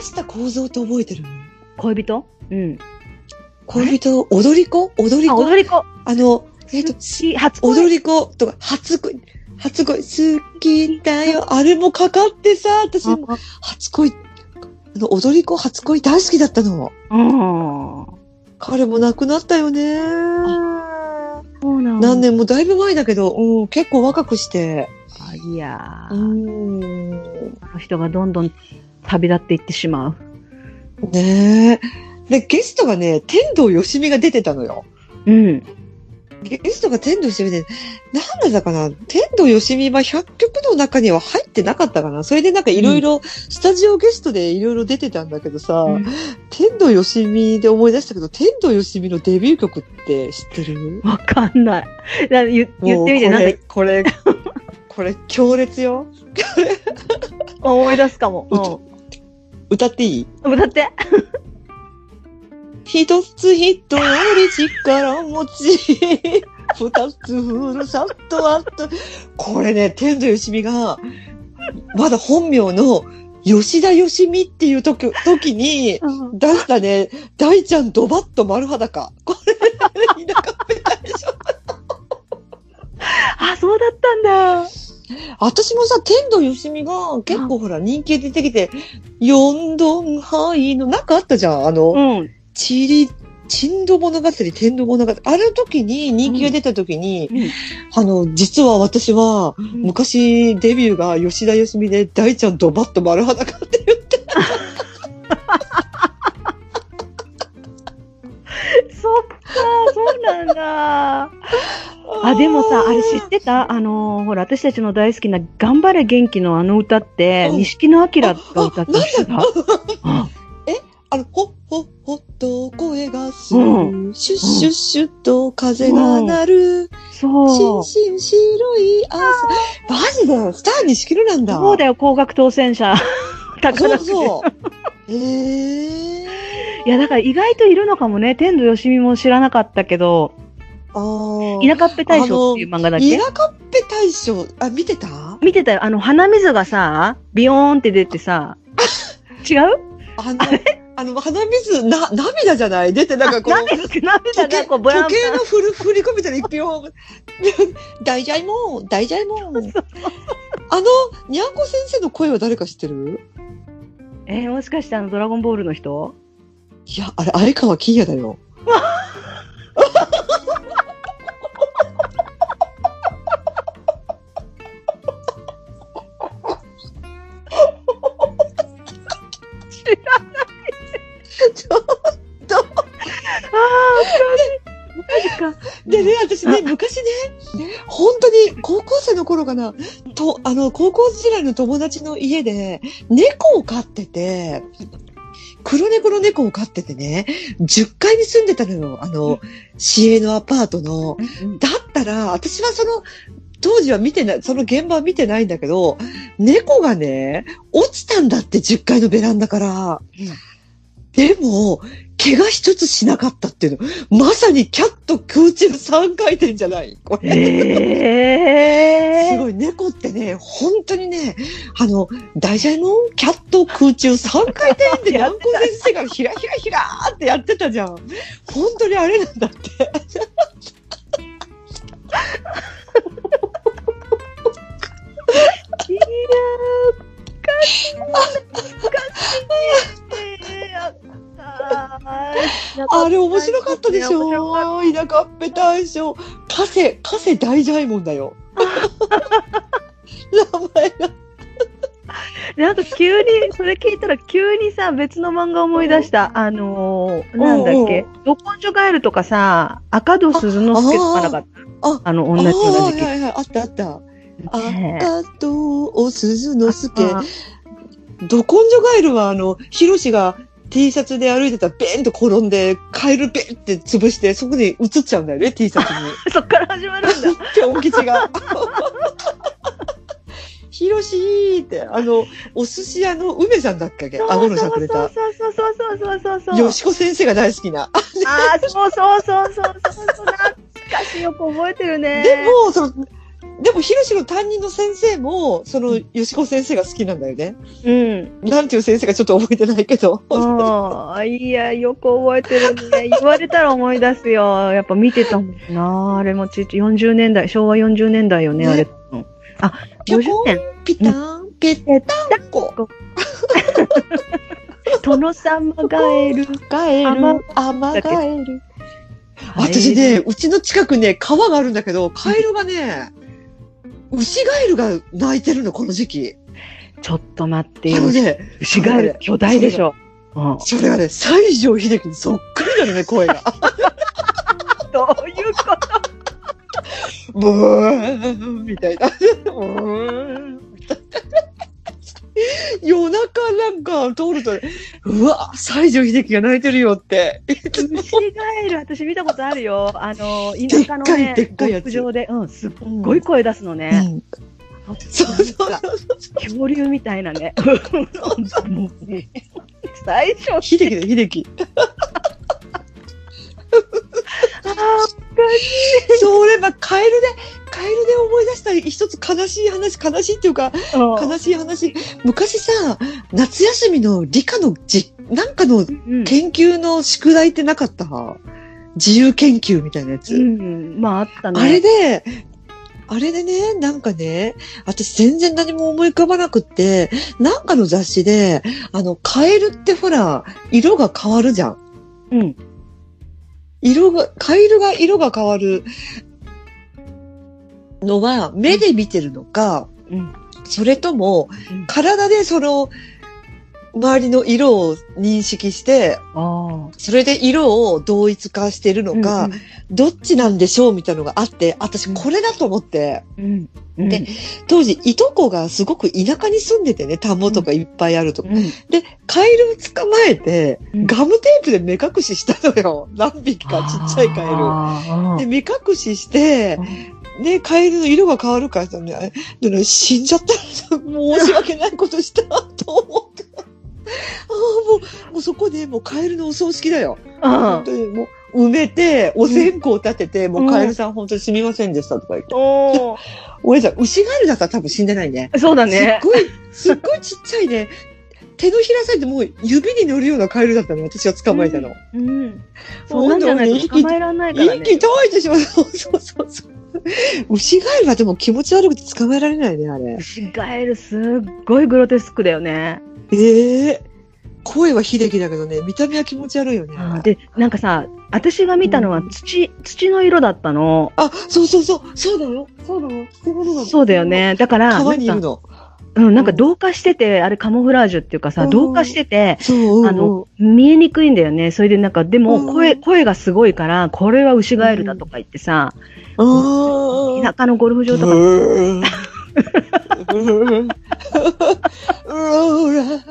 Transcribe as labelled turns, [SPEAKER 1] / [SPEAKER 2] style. [SPEAKER 1] した構造って覚えてる
[SPEAKER 2] 恋人うん。
[SPEAKER 1] 恋人、踊り子踊り
[SPEAKER 2] あ、
[SPEAKER 1] 子
[SPEAKER 2] 踊り子。
[SPEAKER 1] あの、えっと、
[SPEAKER 2] し初恋。
[SPEAKER 1] 踊り子とか、初恋、初恋、好きだよ。あれもかかってさ、私、
[SPEAKER 2] あ
[SPEAKER 1] 初恋、あの、踊り子、初恋大好きだったの。
[SPEAKER 2] うん。
[SPEAKER 1] 彼も亡くなったよね。
[SPEAKER 2] そうなの
[SPEAKER 1] 何年もだいぶ前だけど、うん、結構若くして。
[SPEAKER 2] あいや
[SPEAKER 1] う
[SPEAKER 2] ー、
[SPEAKER 1] ん。
[SPEAKER 2] あの人がどんどん旅立っていってしまう。
[SPEAKER 1] ねえ。で、ゲストがね、天童よしみが出てたのよ。
[SPEAKER 2] うん。
[SPEAKER 1] ゲストが天童よしみで、なんだったかな天童よしみは100曲の中には入ってなかったかなそれでなんかいろいろ、スタジオゲストでいろいろ出てたんだけどさ、
[SPEAKER 2] うん
[SPEAKER 1] 天童よしみで思い出したけど、天童よしみのデビュー曲って知ってる
[SPEAKER 2] わかんない。だ言言ってみて、
[SPEAKER 1] もう
[SPEAKER 2] なんか
[SPEAKER 1] これ、これ、これ強烈よ。
[SPEAKER 2] 思い出すかも。
[SPEAKER 1] 歌っていい
[SPEAKER 2] うん。歌って。
[SPEAKER 1] 一つ一人力持ち、二つふるさとあと。これね、天童よしみが、まだ本名の吉田よしみっていう時時に出したね、大ちゃんドバッと丸裸。これ、田舎べたでしょ。
[SPEAKER 2] あ、そうだったんだ。
[SPEAKER 1] 私もさ、天童よしみが結構ほら人気出てきて、四ドンハイの中あったじゃん。あの、
[SPEAKER 2] うん。
[SPEAKER 1] チリ、チンド物語、天童物語。ある時に、人気が出た時に、
[SPEAKER 2] うんうん
[SPEAKER 1] あの、実は私は、昔デビューが吉田よしみで、大ちゃんドバッと丸裸って言って、
[SPEAKER 2] そっか、そうなんだ。あ、でもさ、あれ知ってたあのーほら、私たちの大好きな、頑張れ元気のあの歌って、
[SPEAKER 1] うん
[SPEAKER 2] 錦野明が歌って知ってたうん
[SPEAKER 1] あの、ほっほっほっと声がする、シュッシュッシュッと風が鳴る、
[SPEAKER 2] そう。
[SPEAKER 1] しんしん白い朝。マジだよ、スターにしきるなんだ。
[SPEAKER 2] そうだよ、高額当 選者。
[SPEAKER 1] そ
[SPEAKER 2] 宝
[SPEAKER 1] う
[SPEAKER 2] くじ。
[SPEAKER 1] そう。ええ
[SPEAKER 2] いや、だから意外といるのかもね。天童よしみも知らなかったけど、
[SPEAKER 1] あー
[SPEAKER 2] 田舎っぺ大将っていう漫画だっけ
[SPEAKER 1] 田舎っぺ大賞、あ、見てた
[SPEAKER 2] 見てたよ。あの、鼻水がさ、ビヨーンって出 てさ、違う
[SPEAKER 1] あの、あの、鼻水、な、涙じゃない出て、なんかこの、
[SPEAKER 2] 涙涙
[SPEAKER 1] 時
[SPEAKER 2] が
[SPEAKER 1] 計
[SPEAKER 2] こう、ブラン
[SPEAKER 1] 時計の振る振り込みたいな一票。 大ジャイモン、大ジャイモン。あの、にゃんこ先生の声は誰か知ってる
[SPEAKER 2] えーもしかしてあの、ドラゴンボールの人
[SPEAKER 1] いや、あれ、あれかは金也だよ。
[SPEAKER 2] 知ら ああ、マジか。
[SPEAKER 1] でね、私ね、昔ね、本当に高校生の頃かな、と、あの、高校時代の友達の家で、猫を飼ってて、黒猫の猫を飼っててね、10階に住んでたのよ、あの、市営のアパートの。だったら、私はその、当時は見てない、その現場は見てないんだけど、猫がね、落ちたんだって10階のベランダから。でも、怪我一つしなかったっていうの。まさにキャット空中3回転じゃないこれ。
[SPEAKER 2] え
[SPEAKER 1] す
[SPEAKER 2] ー、
[SPEAKER 1] ごい、猫ってね、本当にね、あの、大ジャイモンキャット空中3回転で
[SPEAKER 2] や
[SPEAKER 1] 軟
[SPEAKER 2] って
[SPEAKER 1] 骨先生がひらひらひらーってやってたじゃん。本当にあれなんだって。
[SPEAKER 2] いやー、おかしい。おかしい。
[SPEAKER 1] あれ面白かったでし
[SPEAKER 2] 面白かっ
[SPEAKER 1] ょ田舎っぺ大将。カセ、カセ大ジャイモンだ よ。名前が。
[SPEAKER 2] たで、あと急に、それ聞いたら急にさ、別の漫画思い出した。あのー、なんだっけ。ど根性ガエルとかさ、赤戸鈴之助とかなかった。
[SPEAKER 1] あ
[SPEAKER 2] あの、
[SPEAKER 1] あ
[SPEAKER 2] 同じような時
[SPEAKER 1] あはいはいあったあった。
[SPEAKER 2] 期。ねえ
[SPEAKER 1] ああと、お鈴之助。
[SPEAKER 2] あ
[SPEAKER 1] ど根性ガエルは、あの、ヒロシが T シャツで歩いてたら、ベーンと転んで、カエルベーンって潰して、そこに映っちゃうんだよね、T シャツに。
[SPEAKER 2] そっから始 まるんだ。
[SPEAKER 1] ぴょん吉が。 ヒロシーって、あの、お寿司屋の梅さんだっけ顎のしゃくれた。
[SPEAKER 2] そうそうそうそうそうそうそうそう。
[SPEAKER 1] よしこ先生が大好きな。
[SPEAKER 2] ああ、そうそうそうそうそうそう。懐かしいよく覚えてるね。
[SPEAKER 1] でも、その、でも、ひろしの担任の先生も、その、よしこ先生が好きなんだよね。
[SPEAKER 2] うん。
[SPEAKER 1] なんていう先生かちょっと覚えてないけど。
[SPEAKER 2] ああ、いや、よく覚えてるね。言われたら思い出すよ。やっぱ見てたもんな。あれもちっちゃい40年代、昭和40年代よね、
[SPEAKER 1] ね
[SPEAKER 2] あれ。あ、
[SPEAKER 1] ピョコ
[SPEAKER 2] 50年。
[SPEAKER 1] ピタン、ピタンコ。
[SPEAKER 2] 殿様ガエル。
[SPEAKER 1] ガエ
[SPEAKER 2] アマ
[SPEAKER 1] ル、アマガエル。私
[SPEAKER 2] 私
[SPEAKER 1] ね、うちの近くね、川があるんだけど、カエルがね、牛ガエルが鳴いてるの、この時期。
[SPEAKER 2] ちょっと待って
[SPEAKER 1] あ
[SPEAKER 2] よ
[SPEAKER 1] の。ね、
[SPEAKER 2] 牛ガエル、巨大でしょ。うん
[SPEAKER 1] それがね、西城秀樹にそっくりなのね、声が。
[SPEAKER 2] どういうこと
[SPEAKER 1] ブーンみたいな。ブーン夜中なんか通ると、うわ、西城秀樹が泣いてるよって。
[SPEAKER 2] 牛ガエル、私見たことあるよ。あの、田舎のね、
[SPEAKER 1] でっかいでっかいやつ
[SPEAKER 2] 牧場で、うん、すっ
[SPEAKER 1] す
[SPEAKER 2] ごい声出すの
[SPEAKER 1] う
[SPEAKER 2] ね。
[SPEAKER 1] ん。そうそう
[SPEAKER 2] なん
[SPEAKER 1] そ
[SPEAKER 2] か恐竜みたいなね。最初、あ
[SPEAKER 1] 秀樹だよ、秀樹。そういえば、カエルで、カエルで思い出した一つ悲しい話、悲しいっていうか、
[SPEAKER 2] ー
[SPEAKER 1] 悲しい話。昔さ、夏休みの理科のじ、なんかの
[SPEAKER 2] うん
[SPEAKER 1] 研究の宿題ってなかった自由研究みたいなやつ。
[SPEAKER 2] うん、まああったね。
[SPEAKER 1] あれで、あれでね、なんかね、私全然何も思い浮かばなくって、なんかの雑誌で、あの、カエルってほら、色が変わるじゃん。
[SPEAKER 2] うん。
[SPEAKER 1] 色が、カエルが色が変わるのは、目で見てるのか、
[SPEAKER 2] うん
[SPEAKER 1] それとも
[SPEAKER 2] うん、
[SPEAKER 1] 体でその、周りの色を認識して、
[SPEAKER 2] あ
[SPEAKER 1] それで色を同一化してる
[SPEAKER 2] あ。
[SPEAKER 1] のか、どっちなんでしょうみたいなのがあって、私これだと思って、
[SPEAKER 2] うん、うん。
[SPEAKER 1] で当時、いとこがすごく田舎に住んでてね、田んぼとかいっぱいあるとか。
[SPEAKER 2] うん、うん
[SPEAKER 1] で、カエルを捕まえて、
[SPEAKER 2] うん
[SPEAKER 1] ガムテープで目隠ししたのよ。何匹か、ちっちゃいカエ
[SPEAKER 2] あ
[SPEAKER 1] ル。で、
[SPEAKER 2] ー
[SPEAKER 1] 目隠しして、ね、カエルの色が変わるからさ、ね、でね死んじゃった。もう申し訳ないことした、と思 って。ああ、もう、もうそこでもうカエルのお葬式だよ。
[SPEAKER 2] あ
[SPEAKER 1] 本当にもう埋めて、お線香を立てて、もうカエルさん本当にすみませんでしたとか言って。
[SPEAKER 2] ー。お
[SPEAKER 1] おやじさん、牛ガエルだったら多分死んでないね。
[SPEAKER 2] ーそうだね
[SPEAKER 1] す。っごい、すっごいちっちゃいね。手のひらサイズでもう指に乗るようなカエルだったの、私が捕まえたの。
[SPEAKER 2] うん。そうなんじゃないと捕まえられないからね。
[SPEAKER 1] 息遠いでしょそうそうそうそう。牛ガエルはでも気持ち悪くて捕まえられないね、あれ。
[SPEAKER 2] 牛ガエルすっごいグロテスクだよね。
[SPEAKER 1] ええ声は秀樹だけどね、見た目は気持ち悪いよね。
[SPEAKER 2] で、なんかさ、私が見たのは土、土の色だったの。
[SPEAKER 1] あ、そうそうそう、そうだよ、そうだよ、そうだよ。
[SPEAKER 2] そうだよ。ね。だから、
[SPEAKER 1] 川にい
[SPEAKER 2] な
[SPEAKER 1] る
[SPEAKER 2] んか、
[SPEAKER 1] の。
[SPEAKER 2] うん、なんか同化してて、あれカモフラージュっていうか
[SPEAKER 1] う
[SPEAKER 2] さ、
[SPEAKER 1] ん
[SPEAKER 2] 同化してて、
[SPEAKER 1] そう、
[SPEAKER 2] あの、見えにくいんだよね。それでなんか、で
[SPEAKER 1] うん
[SPEAKER 2] も声、声がすごいから、これは牛ガエルだとか言ってさ、
[SPEAKER 1] うん、ああ。
[SPEAKER 2] 田舎のゴルフ場とか、
[SPEAKER 1] うーんうーんうーんうーん